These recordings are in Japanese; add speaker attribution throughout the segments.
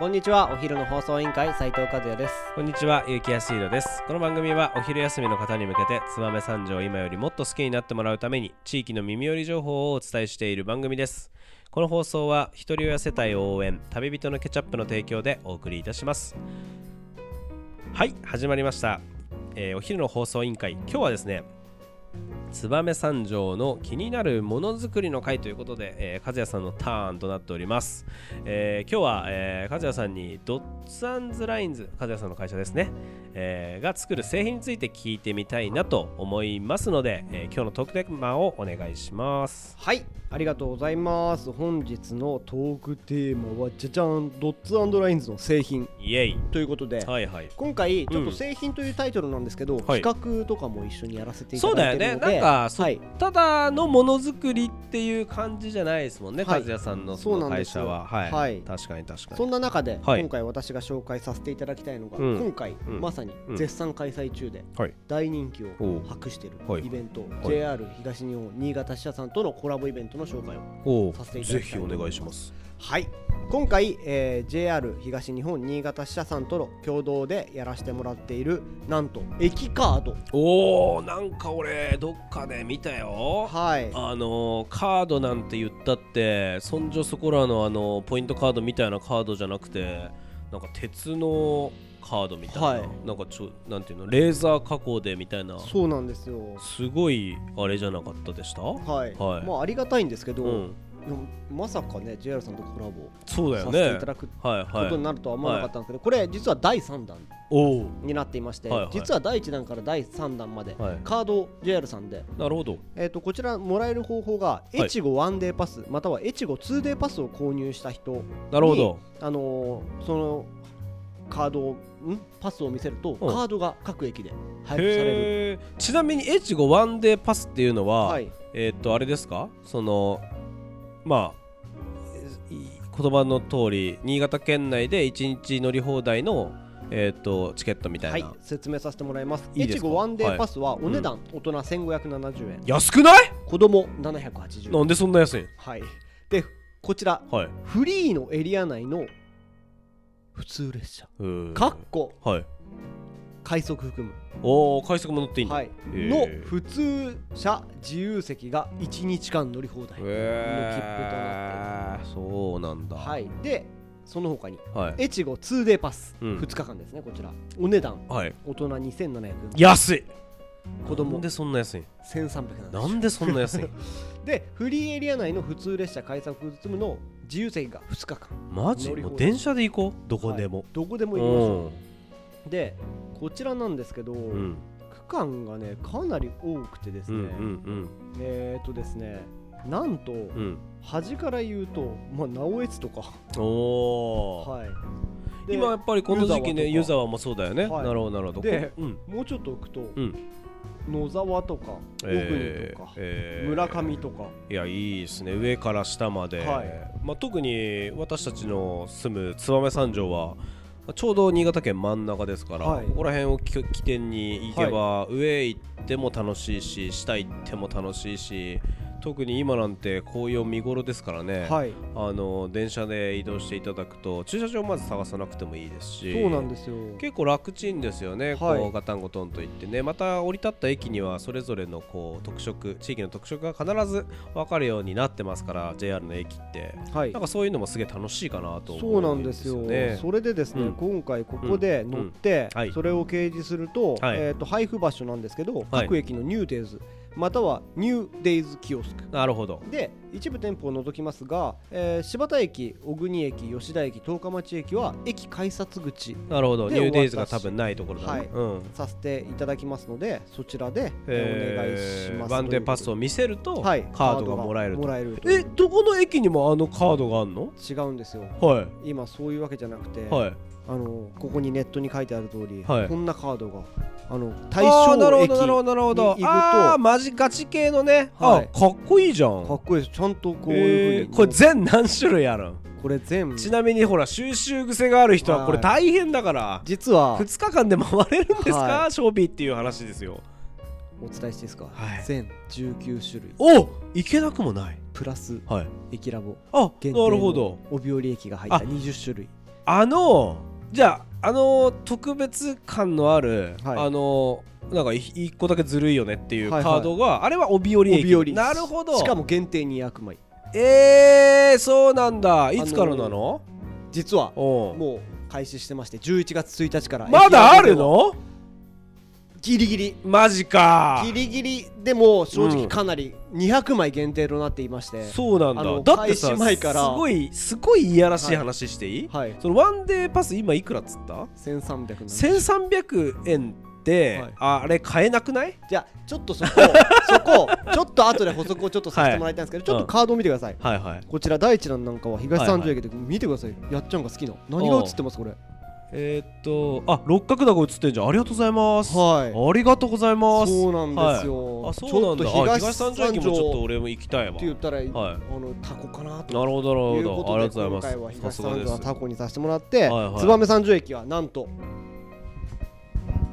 Speaker 1: こんにちはお昼の放送委員会斉藤和也です
Speaker 2: こんにちは、ゆうきやすいろです。この番組はお昼休みの方に向けて、つまめ三条を今よりもっと好きになってもらうために、地域の耳寄り情報をお伝えしている番組です。この放送は、ひとり親世帯応援、旅人のケチャップの提供でお送りいたします。はい、始まりました。えーお昼の放送委員会、今日はですね、つばめ三条の気になるものづくりの会ということで、えー、和也さんのターンとなっております、えー今日は、えー、和也さんにドッツアンズラインズ和也さんの会社ですね、えーが作る製品について聞いてみたいなと思いますので、えー今日のトークテーマをお願いします
Speaker 1: はいありがとうございます本日のトークテーマはじゃじゃんドッツラインズの製品
Speaker 2: イエイ
Speaker 1: ということで、
Speaker 2: はいはい
Speaker 1: 今回ちょっと
Speaker 2: うん
Speaker 1: 製品というタイトルなんですけど、
Speaker 2: はい
Speaker 1: 企画とかも一緒にやらせていた
Speaker 2: そう
Speaker 1: だ
Speaker 2: だ
Speaker 1: い
Speaker 2: よ
Speaker 1: てる
Speaker 2: ね
Speaker 1: ので
Speaker 2: なんかそ
Speaker 1: はい
Speaker 2: ただのものづくりっていう感じじゃないですもんね、
Speaker 1: はい
Speaker 2: 和也さんの
Speaker 1: そうなんで
Speaker 2: 会
Speaker 1: す
Speaker 2: 社
Speaker 1: よ
Speaker 2: ははい、
Speaker 1: はい
Speaker 2: 確かに確か
Speaker 1: そ
Speaker 2: に
Speaker 1: んな中で、
Speaker 2: はい
Speaker 1: 今回私が紹介させていただきたいのが、
Speaker 2: うん
Speaker 1: 今回、
Speaker 2: ん
Speaker 1: まさに
Speaker 2: うん
Speaker 1: 絶賛開催中で
Speaker 2: はい
Speaker 1: 大人気
Speaker 2: お
Speaker 1: を
Speaker 2: う
Speaker 1: 博している
Speaker 2: はい
Speaker 1: イベント、
Speaker 2: い
Speaker 1: JR 東日本新潟支社さんとのコラボイベントの紹介を
Speaker 2: お
Speaker 1: させていただ
Speaker 2: ぜ
Speaker 1: き
Speaker 2: ひ
Speaker 1: たいと思
Speaker 2: お
Speaker 1: います
Speaker 2: 願いします
Speaker 1: はい今回、えー JR 東日本新潟支社さんとの共同でやらせてもらっているなんと駅カード
Speaker 2: おーなんか俺どっかで見たよ
Speaker 1: はい
Speaker 2: あのーカードなんて言ったってそんじょそこらのあのーポイントカードみたいなカードじゃなくてなんか鉄のカードみたいな、
Speaker 1: はい
Speaker 2: なんかちょなんていうのレーザー加工でみたいな
Speaker 1: そうなんですよ
Speaker 2: すごいあれじゃなかったでした
Speaker 1: はい、
Speaker 2: はい
Speaker 1: まあありがたいんですけど、
Speaker 2: うん
Speaker 1: でもまさかね JR さんとコラボ
Speaker 2: そうだ
Speaker 1: さ
Speaker 2: よ
Speaker 1: せてい
Speaker 2: ね
Speaker 1: ただく
Speaker 2: はい
Speaker 1: こ
Speaker 2: は
Speaker 1: とに
Speaker 2: い
Speaker 1: なるとは思わなかったんですけど、これ実は第3弾
Speaker 2: おお
Speaker 1: になっていまして、
Speaker 2: はいはい
Speaker 1: 実は第1弾から第3弾まで、
Speaker 2: はい
Speaker 1: カードを JR さんで、
Speaker 2: なるほど
Speaker 1: えー、とこちらもらえる方法が
Speaker 2: い
Speaker 1: 越後ワンデーパスまたは越後ツーデーパスを購入した人
Speaker 2: なるほど
Speaker 1: あのーそのカードをんパスを見せると、カードが各駅で配布される。
Speaker 2: へえちなみに H5 ワンデーパスっていうのは、
Speaker 1: はい、
Speaker 2: えーっとあれですかそのまあえい言葉の通り新潟県内で1日乗り放題のえーっとチケットみた
Speaker 1: はいい
Speaker 2: な、、
Speaker 1: 説明させてもらいます
Speaker 2: いいで
Speaker 1: 越
Speaker 2: すか
Speaker 1: 後ワンデーパスはお値段、大人1570円
Speaker 2: 安くない
Speaker 1: 子供780円
Speaker 2: なんでそんな安いん
Speaker 1: はい、でこちら
Speaker 2: はい
Speaker 1: フリーのエリア内の普通列車
Speaker 2: うーん
Speaker 1: かっこ
Speaker 2: はい
Speaker 1: 快速含
Speaker 2: おお快速も乗っていい
Speaker 1: む、
Speaker 2: ん
Speaker 1: は
Speaker 2: だ、
Speaker 1: い、
Speaker 2: へー
Speaker 1: の普通車自由席が1日間乗り放題、
Speaker 2: へえそうなんだ
Speaker 1: はい、でその他に
Speaker 2: はい、
Speaker 1: 越後 2day パス、
Speaker 2: うん
Speaker 1: 2日間ですねこちらお値段
Speaker 2: はい、
Speaker 1: 大人2700円
Speaker 2: 安い
Speaker 1: 子
Speaker 2: なん
Speaker 1: 供
Speaker 2: でそんな安いんな
Speaker 1: 1370円
Speaker 2: んでそん な安いん
Speaker 1: でフリーエリア内の普通列車快速積むの自由席が2日間
Speaker 2: マジ
Speaker 1: 乗り放題
Speaker 2: もう電車で行こうどこでも、
Speaker 1: どこでも
Speaker 2: う
Speaker 1: 行きまし
Speaker 2: ん
Speaker 1: ょうでこちらなんですけど、
Speaker 2: うん
Speaker 1: 区間がねかなり多くてです
Speaker 2: うんう
Speaker 1: ね、
Speaker 2: ん
Speaker 1: えっ、ー、とですねなんと、
Speaker 2: うんうん
Speaker 1: 端から言うと、まあ、直江津とか、
Speaker 2: おお
Speaker 1: はい、で
Speaker 2: 今やっぱりこの時期ね
Speaker 1: 湯
Speaker 2: 湯
Speaker 1: 沢
Speaker 2: 沢もそうだよね、
Speaker 1: はい
Speaker 2: なるほどなるほど
Speaker 1: で
Speaker 2: こうん
Speaker 1: もうちょっと置くと、
Speaker 2: うん
Speaker 1: 野沢とか小国
Speaker 2: え
Speaker 1: とか、
Speaker 2: ーえー
Speaker 1: 村上とか、
Speaker 2: いやいいですね上から下まで、
Speaker 1: はい
Speaker 2: まあ、特に私たちの住む燕三条はまあちょうど新潟県真ん中ですから、
Speaker 1: はい
Speaker 2: ここら辺をき起点に行けば、上行っても楽しいし下行っても楽しいし特に今なんて紅葉見頃ですからね、
Speaker 1: はい、
Speaker 2: あの電車で移動していただくと駐車場まず探さなくてもいいですし
Speaker 1: そうなんですよ。
Speaker 2: 結構楽ちんですよね、
Speaker 1: はい
Speaker 2: こうガタンゴトンといってねまた降り立った駅にはそれぞれのこう特色地域の特色が必ず分かるようになってますから JR の駅って
Speaker 1: はい
Speaker 2: なんかそういうのもすげえ楽しいかなと思
Speaker 1: そうなんですよ、
Speaker 2: んですよね
Speaker 1: それでですね、
Speaker 2: うん
Speaker 1: 今回ここで乗って、
Speaker 2: うんはい
Speaker 1: それを掲示すると,、
Speaker 2: はい
Speaker 1: えー、と配布場所なんですけど、
Speaker 2: はい
Speaker 1: 各駅のニューデイズまたはニューデイズキオスク
Speaker 2: なるほど
Speaker 1: で一部店舗を除きますが、えー柴田駅小国駅吉田駅十日町駅は駅改札口
Speaker 2: なるほど
Speaker 1: で
Speaker 2: ニューデイズが
Speaker 1: 終わった
Speaker 2: 多
Speaker 1: し
Speaker 2: 分ないところだね、
Speaker 1: はい
Speaker 2: うん
Speaker 1: させていただきますのでそちらで、えー
Speaker 2: え
Speaker 1: お願いし
Speaker 2: ー
Speaker 1: ます
Speaker 2: バンデーパスを見せると、
Speaker 1: はい
Speaker 2: カードがもらえる
Speaker 1: も
Speaker 2: と
Speaker 1: らえるとい
Speaker 2: え
Speaker 1: う
Speaker 2: どこの駅にもあのカードがあるの
Speaker 1: 違うんですよ
Speaker 2: は
Speaker 1: 今そういうわけじゃなくて、
Speaker 2: いはい
Speaker 1: あのここにネットに書いてある通り、
Speaker 2: はい
Speaker 1: こんなカードがあの
Speaker 2: あ
Speaker 1: 対象
Speaker 2: ーなるほ
Speaker 1: 駅
Speaker 2: どなるほどなるほ
Speaker 1: に
Speaker 2: ど
Speaker 1: 行くと
Speaker 2: あーマジガチ系のね、
Speaker 1: はい
Speaker 2: あかっこいいじゃん
Speaker 1: かっこいいですちゃんとこうい
Speaker 2: え
Speaker 1: うふうに、
Speaker 2: ーこれ全何種類あるん、
Speaker 1: これ全部
Speaker 2: ちなみにほら収集癖がある人はこれ大変だから、
Speaker 1: 実は
Speaker 2: 2日間で回れるんですか、
Speaker 1: は
Speaker 2: ショービーっていう話ですよ
Speaker 1: お伝えしていいですか、
Speaker 2: はい
Speaker 1: 全19種類
Speaker 2: おいけなくもない
Speaker 1: プラス
Speaker 2: はい
Speaker 1: 駅ラボ
Speaker 2: あな
Speaker 1: 限
Speaker 2: る
Speaker 1: 定の
Speaker 2: ほど
Speaker 1: 帯折り液が入った20種類
Speaker 2: あのじゃああの特別感のある、
Speaker 1: はい
Speaker 2: あのなんかい一個だけずるいよねっていうカ
Speaker 1: はいはい
Speaker 2: ードが、あれは帯折駅
Speaker 1: 帯折り
Speaker 2: なるほど
Speaker 1: しかも限定200枚
Speaker 2: えー、そうなんだいつからなの、
Speaker 1: 実は
Speaker 2: おう
Speaker 1: もう開始してまして11月1日から
Speaker 2: まだあるの
Speaker 1: ギリギリ
Speaker 2: マジか
Speaker 1: ギリギリでも正
Speaker 2: う
Speaker 1: 直
Speaker 2: ん
Speaker 1: かなり200枚限定となっていまして、
Speaker 2: そうなん
Speaker 1: あ
Speaker 2: だ
Speaker 1: の
Speaker 2: だってさ
Speaker 1: 開始前から
Speaker 2: すごいすごいいやらしい話していい、
Speaker 1: はい
Speaker 2: そのワンデーパス今いくらっつった
Speaker 1: 1300なんで
Speaker 2: 1300円って、
Speaker 1: はい
Speaker 2: あれ買えなくない
Speaker 1: じゃあちょっとそこそこちょっと後で補足をちょっとさせてもらいたいんですけど、
Speaker 2: はい
Speaker 1: ちょっとカードを見てください、
Speaker 2: はいはい
Speaker 1: こちら第一弾なんかは東三条駅で見てください、やっちゃんが好きな何が映ってますこれ
Speaker 2: えーっとあ六角だこ映ってんじゃんありがとうございます、
Speaker 1: はい
Speaker 2: ありがとうございます
Speaker 1: そうなんですよ、
Speaker 2: はいあそうなんだ
Speaker 1: ちょっと
Speaker 2: あ
Speaker 1: 東
Speaker 2: 東
Speaker 1: 三
Speaker 2: 三
Speaker 1: 条駅
Speaker 2: 条駅
Speaker 1: も
Speaker 2: も
Speaker 1: ち
Speaker 2: ち
Speaker 1: ょ
Speaker 2: ょ
Speaker 1: っと
Speaker 2: っと俺も行きたいわ
Speaker 1: って言ったら、
Speaker 2: はい
Speaker 1: あのタコかなと
Speaker 2: なるほどな
Speaker 1: いう
Speaker 2: るほ
Speaker 1: こ
Speaker 2: ど
Speaker 1: と
Speaker 2: あり
Speaker 1: で
Speaker 2: がとうご
Speaker 1: 今
Speaker 2: ざい
Speaker 1: 回は
Speaker 2: ますさ
Speaker 1: 東
Speaker 2: すが
Speaker 1: 三
Speaker 2: で
Speaker 1: 条は
Speaker 2: す
Speaker 1: タコにさせてもらって
Speaker 2: はいはい
Speaker 1: 燕三条駅はなんと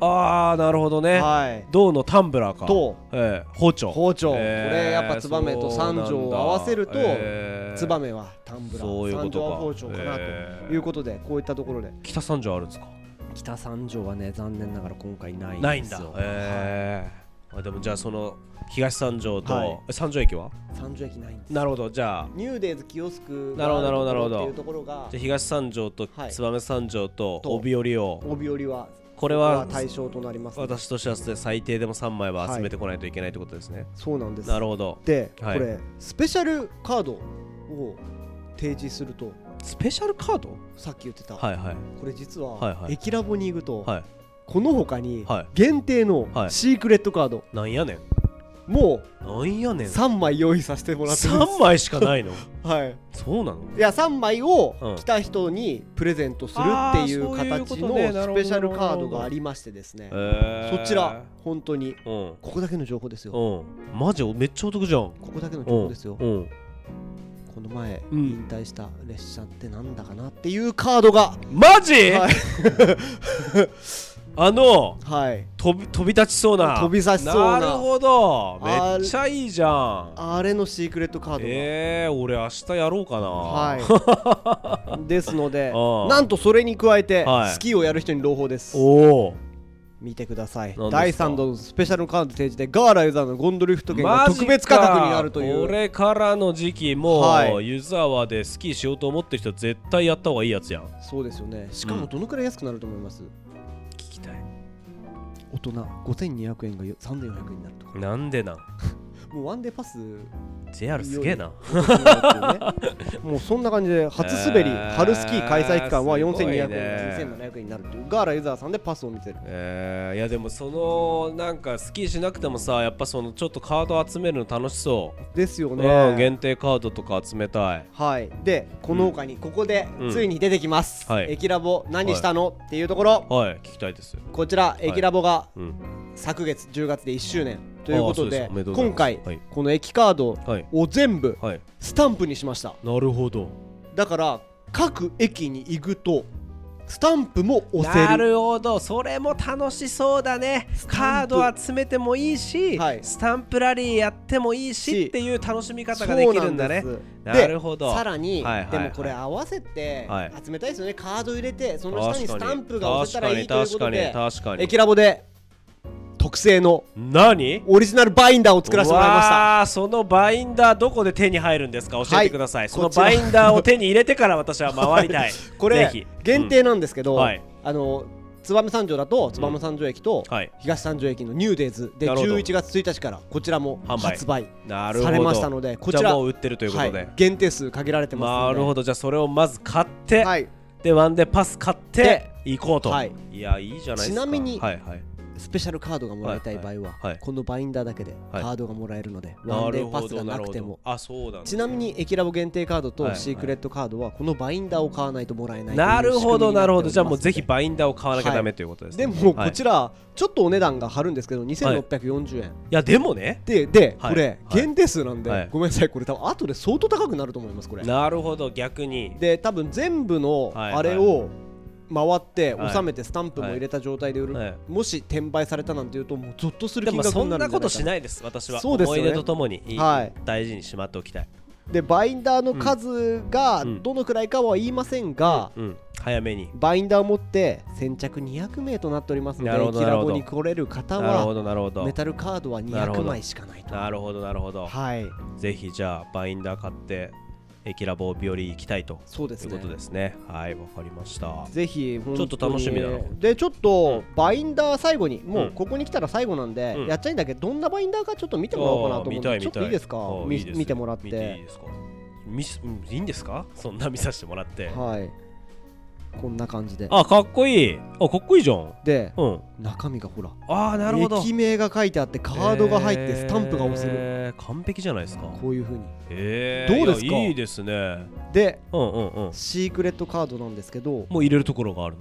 Speaker 2: ああなるほどね、
Speaker 1: はい
Speaker 2: 銅のタンブラーか
Speaker 1: と
Speaker 2: ええ包丁
Speaker 1: 包丁、
Speaker 2: ええ
Speaker 1: これやっぱ燕と三条を合わせると、
Speaker 2: そうなんだええ
Speaker 1: 燕はタンブラ
Speaker 2: そう
Speaker 1: ー
Speaker 2: いうこ
Speaker 1: 三
Speaker 2: と
Speaker 1: 条
Speaker 2: か
Speaker 1: は包丁かな
Speaker 2: え
Speaker 1: と
Speaker 2: え
Speaker 1: いうことでこういったところで
Speaker 2: 北三条あるんですか
Speaker 1: 北三条はね残念ながら今回ない
Speaker 2: ないんだええあでもじゃあその東三条と、
Speaker 1: はい
Speaker 2: え三条駅は
Speaker 1: 三条駅ないんです
Speaker 2: なるほどじゃあ
Speaker 1: ニューデイズキオスク
Speaker 2: なるほどなるほどなるほど
Speaker 1: っていうところが
Speaker 2: じゃあ東三条と
Speaker 1: はい
Speaker 2: 燕三条と
Speaker 1: と
Speaker 2: 帯折を
Speaker 1: 帯折りは
Speaker 2: これは
Speaker 1: ここ対象となりますね、
Speaker 2: 私としては最低でも3枚は集めてこないといけないってことですね、
Speaker 1: そうなんです
Speaker 2: なるほど
Speaker 1: で、
Speaker 2: はい
Speaker 1: これスペシャルカードを提示すると
Speaker 2: スペシャルカード
Speaker 1: さっき言ってた、
Speaker 2: はいはい
Speaker 1: これ実
Speaker 2: はい
Speaker 1: は
Speaker 2: はい
Speaker 1: 駅ラボに行くと、
Speaker 2: はい
Speaker 1: この他に
Speaker 2: はい
Speaker 1: 限定の
Speaker 2: はい
Speaker 1: シークレットカード
Speaker 2: なんやねん
Speaker 1: も
Speaker 2: なんや
Speaker 1: う
Speaker 2: ねん
Speaker 1: 3枚用意させてもらってます
Speaker 2: 3枚しかないの
Speaker 1: はい
Speaker 2: そうなの
Speaker 1: いや3枚を
Speaker 2: うん
Speaker 1: 来た人にプレゼントするってい
Speaker 2: あ
Speaker 1: う
Speaker 2: ーそういうこ
Speaker 1: 形
Speaker 2: と
Speaker 1: の
Speaker 2: ねなるほ
Speaker 1: ス
Speaker 2: ど
Speaker 1: ペシャルカードがありましてですね
Speaker 2: え
Speaker 1: そちら本当に
Speaker 2: うん
Speaker 1: ここだけの情報ですよこ
Speaker 2: うんマジめっちゃお得じゃん
Speaker 1: こだけの情
Speaker 2: う
Speaker 1: 報
Speaker 2: ん
Speaker 1: ですよ
Speaker 2: うん
Speaker 1: この前
Speaker 2: うん
Speaker 1: 引退した列車ってなんだかなっていうカードが
Speaker 2: マジ、
Speaker 1: はい
Speaker 2: あの
Speaker 1: はい
Speaker 2: 飛び飛び立ちそうな
Speaker 1: 飛び立ちそうな
Speaker 2: るほど
Speaker 1: あれ
Speaker 2: めっちゃいいじゃん
Speaker 1: あれのシークレットカードが、
Speaker 2: えー、俺明日やろうかな
Speaker 1: はい、ですので
Speaker 2: ああ
Speaker 1: なんとそれに加えて、
Speaker 2: はい
Speaker 1: スキーをやる人に朗報です
Speaker 2: おお
Speaker 1: 見てください
Speaker 2: 何ですか
Speaker 1: 第3度のスペシャルカード提示でガーラユーザーのゴンドリフト券が特別価格になるとい
Speaker 2: こ
Speaker 1: う
Speaker 2: れからの時期もう、
Speaker 1: はい
Speaker 2: 湯沢でスキーしようと思ってる人は絶対やった方がいいやつやん聞
Speaker 1: そうですよねしかもどのくらい安くなると思います、
Speaker 2: きたい
Speaker 1: 大人5200円がよ3400円になるとか
Speaker 2: なんでなん
Speaker 1: もうワンデーパス
Speaker 2: JR すげえな
Speaker 1: お得になるっていうね もうそんな感じで初滑り、
Speaker 2: えー
Speaker 1: 春スキー開催期間は
Speaker 2: すごい
Speaker 1: 4200円
Speaker 2: ね
Speaker 1: から2700円になるというガーラユーザーさんでパスを見せる
Speaker 2: えー、いやでもそのなんかスキーしなくてもさやっぱそのちょっとカード集めるの楽しそ
Speaker 1: ですよ
Speaker 2: う、
Speaker 1: ね、
Speaker 2: うん限定カードとか集めたい
Speaker 1: はい、でこの他にここで
Speaker 2: うん
Speaker 1: ついに出てきます、
Speaker 2: はい
Speaker 1: 駅ラボ何したの、っていうところ
Speaker 2: はい聞きたいです
Speaker 1: こちら駅ラボが
Speaker 2: うん
Speaker 1: 昨月10月で1周年ということ
Speaker 2: あ
Speaker 1: で
Speaker 2: ーそうですおめでとうござい
Speaker 1: 今
Speaker 2: ます
Speaker 1: 回、
Speaker 2: はい
Speaker 1: この駅カード
Speaker 2: はい
Speaker 1: を全部
Speaker 2: はい
Speaker 1: スタンプにしました
Speaker 2: なるほど
Speaker 1: だから各駅に行くとスタンプも押せる
Speaker 2: なるほどそれも楽しそうだね
Speaker 1: タンプ
Speaker 2: カード集めてもいいし、
Speaker 1: はい
Speaker 2: スタンプラリーやってもいい
Speaker 1: し
Speaker 2: しっていう楽しみ方ができるんだね
Speaker 1: そうなん
Speaker 2: な
Speaker 1: です
Speaker 2: るほど
Speaker 1: でさらに、
Speaker 2: はいはいはい
Speaker 1: でもこれ合わせて
Speaker 2: はい
Speaker 1: 集めたいですよね、カード入れてその下にスタンプが押せたらいいというこ
Speaker 2: 確
Speaker 1: と
Speaker 2: かに
Speaker 1: で
Speaker 2: 確かに確
Speaker 1: 駅
Speaker 2: かに
Speaker 1: ラボで特製の
Speaker 2: 何
Speaker 1: オリジナルバインダーを作らせてもらいました
Speaker 2: わーそのバインダーどこで手に入るんですか教えてください、
Speaker 1: はい
Speaker 2: その
Speaker 1: こちら
Speaker 2: バインダーを手に入れてから私は回りたい
Speaker 1: これ
Speaker 2: ぜひ
Speaker 1: 限、定なんですけど、
Speaker 2: うんはい
Speaker 1: あの燕三条だと燕三条駅と
Speaker 2: うんはい
Speaker 1: 東三条駅のニューデイズで
Speaker 2: なるほど
Speaker 1: 11月1日からこちらも
Speaker 2: 販売
Speaker 1: 発売
Speaker 2: なるほど
Speaker 1: されましたのでこち
Speaker 2: じゃ
Speaker 1: ら
Speaker 2: あもう売ってるということで、
Speaker 1: はい限定数限られてま
Speaker 2: な
Speaker 1: すので
Speaker 2: るほどじゃあそれをまず買って、
Speaker 1: はい、
Speaker 2: でワンデーパス買って行こうと、
Speaker 1: はい
Speaker 2: い、やいいじゃないですか
Speaker 1: ちなみに
Speaker 2: はいはい、
Speaker 1: スペシャルカードがもらいたい場合は、
Speaker 2: はいはい
Speaker 1: このバインダーだけでカ
Speaker 2: はい
Speaker 1: ードがもらえるので、ワ
Speaker 2: な
Speaker 1: ンデ
Speaker 2: る
Speaker 1: ーパ
Speaker 2: ほ
Speaker 1: スが
Speaker 2: ど
Speaker 1: な
Speaker 2: な
Speaker 1: くても
Speaker 2: あそうなんだ
Speaker 1: ちなみに駅ラボ限定カード
Speaker 2: は
Speaker 1: と
Speaker 2: いはい
Speaker 1: シークレットカードはこのバインダーを買わないともらえないという
Speaker 2: なるほ
Speaker 1: 仕組み
Speaker 2: ど
Speaker 1: にな
Speaker 2: な
Speaker 1: って
Speaker 2: る
Speaker 1: おりますの
Speaker 2: ほど
Speaker 1: で
Speaker 2: じゃあもうぜひバインダーを買わなきゃダメということですね、
Speaker 1: でも
Speaker 2: はい
Speaker 1: こちらちょっとお値段が張るんですけど2640円、
Speaker 2: いやでもね
Speaker 1: でで、
Speaker 2: はい
Speaker 1: これ
Speaker 2: はい
Speaker 1: 限定数なんで、
Speaker 2: はい
Speaker 1: ごめんなさいこれ多分後で相当高くなると思いますこれ
Speaker 2: なるほど逆に
Speaker 1: で多分全部の
Speaker 2: はいはい
Speaker 1: あれを回って
Speaker 2: はい
Speaker 1: 収めてスタンプも入れた状態で売る、
Speaker 2: はい
Speaker 1: もし転売されたなんていうともうゾッとする
Speaker 2: で
Speaker 1: 金
Speaker 2: も
Speaker 1: 額
Speaker 2: そ
Speaker 1: に
Speaker 2: ん
Speaker 1: なる
Speaker 2: なん
Speaker 1: じゃ
Speaker 2: こ
Speaker 1: ない
Speaker 2: と
Speaker 1: か
Speaker 2: しないです私は
Speaker 1: そうですよ
Speaker 2: 思
Speaker 1: ね
Speaker 2: い出とともに、いい
Speaker 1: はい
Speaker 2: 大事にしまっておきたい、
Speaker 1: でバインダーの数が
Speaker 2: うん
Speaker 1: どのくらいかは言いませんが、
Speaker 2: うん、早めに
Speaker 1: バインダーを持って先着200名となっております
Speaker 2: なるほ
Speaker 1: の
Speaker 2: ど
Speaker 1: でキラ
Speaker 2: なるほ
Speaker 1: ボ
Speaker 2: ど
Speaker 1: に来れる方
Speaker 2: なるほ
Speaker 1: は
Speaker 2: どなるほど
Speaker 1: メタルカードは
Speaker 2: なるほ
Speaker 1: 200
Speaker 2: ど
Speaker 1: 枚しかないと
Speaker 2: なるほどなるほど
Speaker 1: はい
Speaker 2: ぜひじゃあバインダー買ってエキラボ日和行きたいと
Speaker 1: そうで
Speaker 2: とい
Speaker 1: す
Speaker 2: う
Speaker 1: ね
Speaker 2: ことですねはいわかりました
Speaker 1: ぜひ本当に
Speaker 2: ちょっと楽しみだな
Speaker 1: でちょっとバインダー最後にも
Speaker 2: うん
Speaker 1: うここに来たら最後なんで、
Speaker 2: うん
Speaker 1: やっちゃいんだけどどんなバインダーかちょっと見てもらおうかなと思ってちょっといいですか
Speaker 2: あ
Speaker 1: み
Speaker 2: いいです
Speaker 1: 見てもらって
Speaker 2: 見ていいですかみしうんいいんですかそんな見させてもらって
Speaker 1: はいこんな感じで
Speaker 2: あかっこいいあかっこいいじゃん
Speaker 1: で
Speaker 2: うん
Speaker 1: 中身がほら
Speaker 2: ああなるほど
Speaker 1: 駅名が書いてあってカードが入ってスタンプが押せる、
Speaker 2: えー完璧じゃないですか
Speaker 1: こういう風に
Speaker 2: えー
Speaker 1: どうですか
Speaker 2: いやいいですね
Speaker 1: で
Speaker 2: うんうんうん
Speaker 1: シークレットカードなんですけど
Speaker 2: もう入れるところがあるの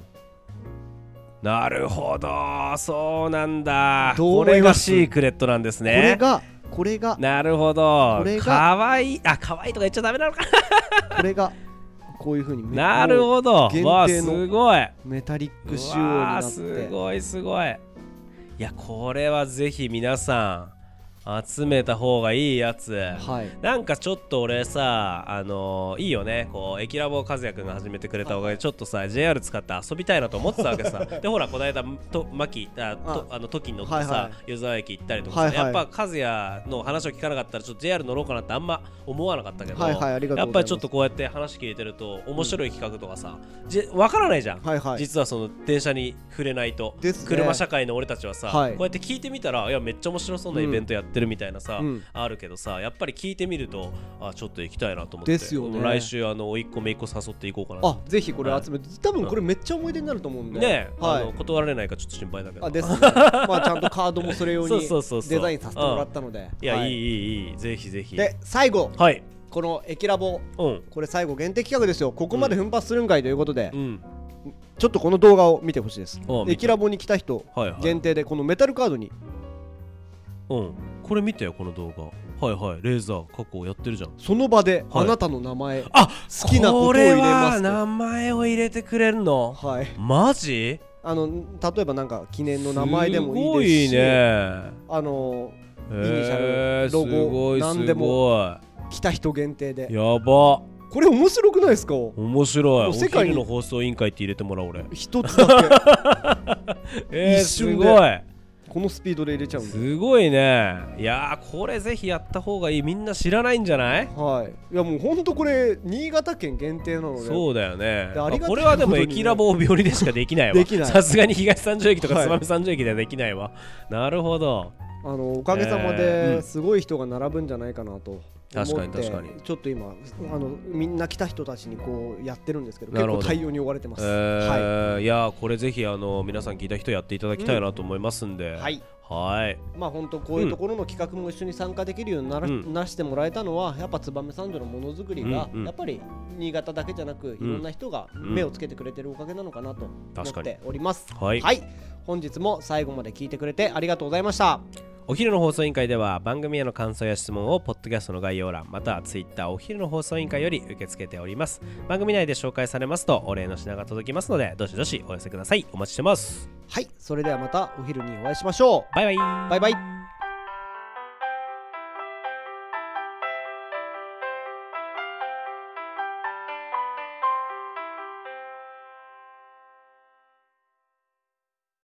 Speaker 2: なるほどそうなんだ
Speaker 1: どう
Speaker 2: こ
Speaker 1: 思います
Speaker 2: れがシークレットなんです
Speaker 1: これ
Speaker 2: ね
Speaker 1: がこれが
Speaker 2: なるほど
Speaker 1: これが
Speaker 2: かわいいあかわいいとか言っちゃダメなのか
Speaker 1: これがこういう風にめ
Speaker 2: なる
Speaker 1: も
Speaker 2: ほど
Speaker 1: 限定の
Speaker 2: わあすごいう
Speaker 1: メタリック仕様に
Speaker 2: わ
Speaker 1: な
Speaker 2: あ
Speaker 1: っ
Speaker 2: す
Speaker 1: て
Speaker 2: ごいすごいいやこれはぜひ皆さん集めた方がいいやつ
Speaker 1: はい
Speaker 2: なんかちょっと俺さあのーいいよねこう駅ラボ和也くんが始めてくれたおかげでちょっとさ JR 使って遊びたいなと思ってたわけさでほらこの間と牧あとあの時に乗ってさ、
Speaker 1: はいは
Speaker 2: 湯沢駅行ったりとかさ、
Speaker 1: はいはい
Speaker 2: やっぱ和也の話を聞かなかったらちょっと JR 乗ろうかなってあんま思わなかったけど、
Speaker 1: はいはいありがと
Speaker 2: や
Speaker 1: う
Speaker 2: っ
Speaker 1: ござい
Speaker 2: ぱ
Speaker 1: ます
Speaker 2: りちょっとこうやって話聞いてると面白い企画とかさ、じわからないじゃん、
Speaker 1: はいはい
Speaker 2: 実はその電車に触れないと、
Speaker 1: ですね
Speaker 2: 車社会の俺たちはさ、
Speaker 1: はい
Speaker 2: こうやって聞いてみたらいやめっちゃ面白そうなイベントやってるみたいなさ、
Speaker 1: うん
Speaker 2: あるけどさやっぱり聞いてみるとあちょっと行きたいなと思って
Speaker 1: ですよね
Speaker 2: 来週あの甥っ子姪っ子誘っていこうかな
Speaker 1: あぜひこれ集めて、多分これめっちゃ思い出になると思うんで、
Speaker 2: ねえ、
Speaker 1: は
Speaker 2: あの
Speaker 1: い
Speaker 2: 断られないかちょっと心配だけど
Speaker 1: あ です、ね、まあちゃんとカードもそれ用
Speaker 2: そう
Speaker 1: に
Speaker 2: そうそうそう
Speaker 1: デザインさせてもらったので、
Speaker 2: いや、、
Speaker 1: はい
Speaker 2: いいいいいぜひぜひ
Speaker 1: で最後
Speaker 2: はい
Speaker 1: この駅ラボ
Speaker 2: うん
Speaker 1: これ最後限定企画ですよここまで奮発するんかいということで、
Speaker 2: うん
Speaker 1: ちょっとこの動画を見てほしいです
Speaker 2: ああ見て
Speaker 1: 駅ラボに来た人
Speaker 2: はいはい
Speaker 1: 限定でこのメタルカードに
Speaker 2: うんこれ見てよこの動画はいはいレーザー過去やってるじゃん
Speaker 1: その場で
Speaker 2: はい
Speaker 1: あなたの名前、
Speaker 2: あ
Speaker 1: 好きなことを入れます
Speaker 2: これは名前を入れてくれるの
Speaker 1: はい
Speaker 2: マジ
Speaker 1: あの例えばなんか記念の名前でもいいですし
Speaker 2: すごいね
Speaker 1: あの
Speaker 2: イ
Speaker 1: ニシャルロゴ
Speaker 2: 何
Speaker 1: 何
Speaker 2: で
Speaker 1: で
Speaker 2: も
Speaker 1: 来た人限定で
Speaker 2: やば
Speaker 1: これ面白くないですか
Speaker 2: 面白い
Speaker 1: も
Speaker 2: お
Speaker 1: う世界に
Speaker 2: 昼の放送委員会って入れてもらおう 俺
Speaker 1: 一つだ
Speaker 2: えー、
Speaker 1: 一
Speaker 2: す
Speaker 1: 瞬
Speaker 2: ごい
Speaker 1: けこのスピードで入れちゃうんです
Speaker 2: ごいねいやーこれぜひやった方がいいみんな知らないんじゃない
Speaker 1: はいいやもうほんとこれ新潟県限定なので
Speaker 2: そうだよね
Speaker 1: でありがたい
Speaker 2: これはでも
Speaker 1: ことにね
Speaker 2: 駅ラボ病理でしかできないわ
Speaker 1: できない
Speaker 2: さすがに東三条駅とか
Speaker 1: はい
Speaker 2: 燕三条駅ではできないわ、なるほど
Speaker 1: あのおかげさま
Speaker 2: えーうん
Speaker 1: ですごい人が並ぶんじゃないかなと思って
Speaker 2: 確かに確かに
Speaker 1: ちょっと今あのみんな来た人たちにこうやってるんですけど
Speaker 2: なる
Speaker 1: 結
Speaker 2: ほど
Speaker 1: 構対応に追われてます
Speaker 2: え
Speaker 1: は
Speaker 2: ーい、やーこれぜひあの皆さん聞いた人やっていただきたいなと思いますん
Speaker 1: い
Speaker 2: で、
Speaker 1: はい
Speaker 2: はい
Speaker 1: まあ本当こういうところの企画も一緒に参加できるようになら、
Speaker 2: うん
Speaker 1: なしてもらえたのはやっぱ燕三条のものづくりが、
Speaker 2: うんうん
Speaker 1: やっぱり新潟だけじゃなくいろんな人が
Speaker 2: ん
Speaker 1: 目をつけてくれてるおかげなのかなと思
Speaker 2: 確か
Speaker 1: っ
Speaker 2: に
Speaker 1: ております、
Speaker 2: はい
Speaker 1: 本日も最後まで聞いてくれてありがとうございました
Speaker 2: お昼の放送委員会では番組への感想や質問をポッドキャストの概要欄またはツイッターお昼の放送委員会より受け付けております番組内で紹介されますとお礼の品が届きますのでどしどしお寄せくださいお待ちしてます
Speaker 1: はいそれではまたお昼にお会いしましょ
Speaker 2: バイバイ
Speaker 1: うバイバイ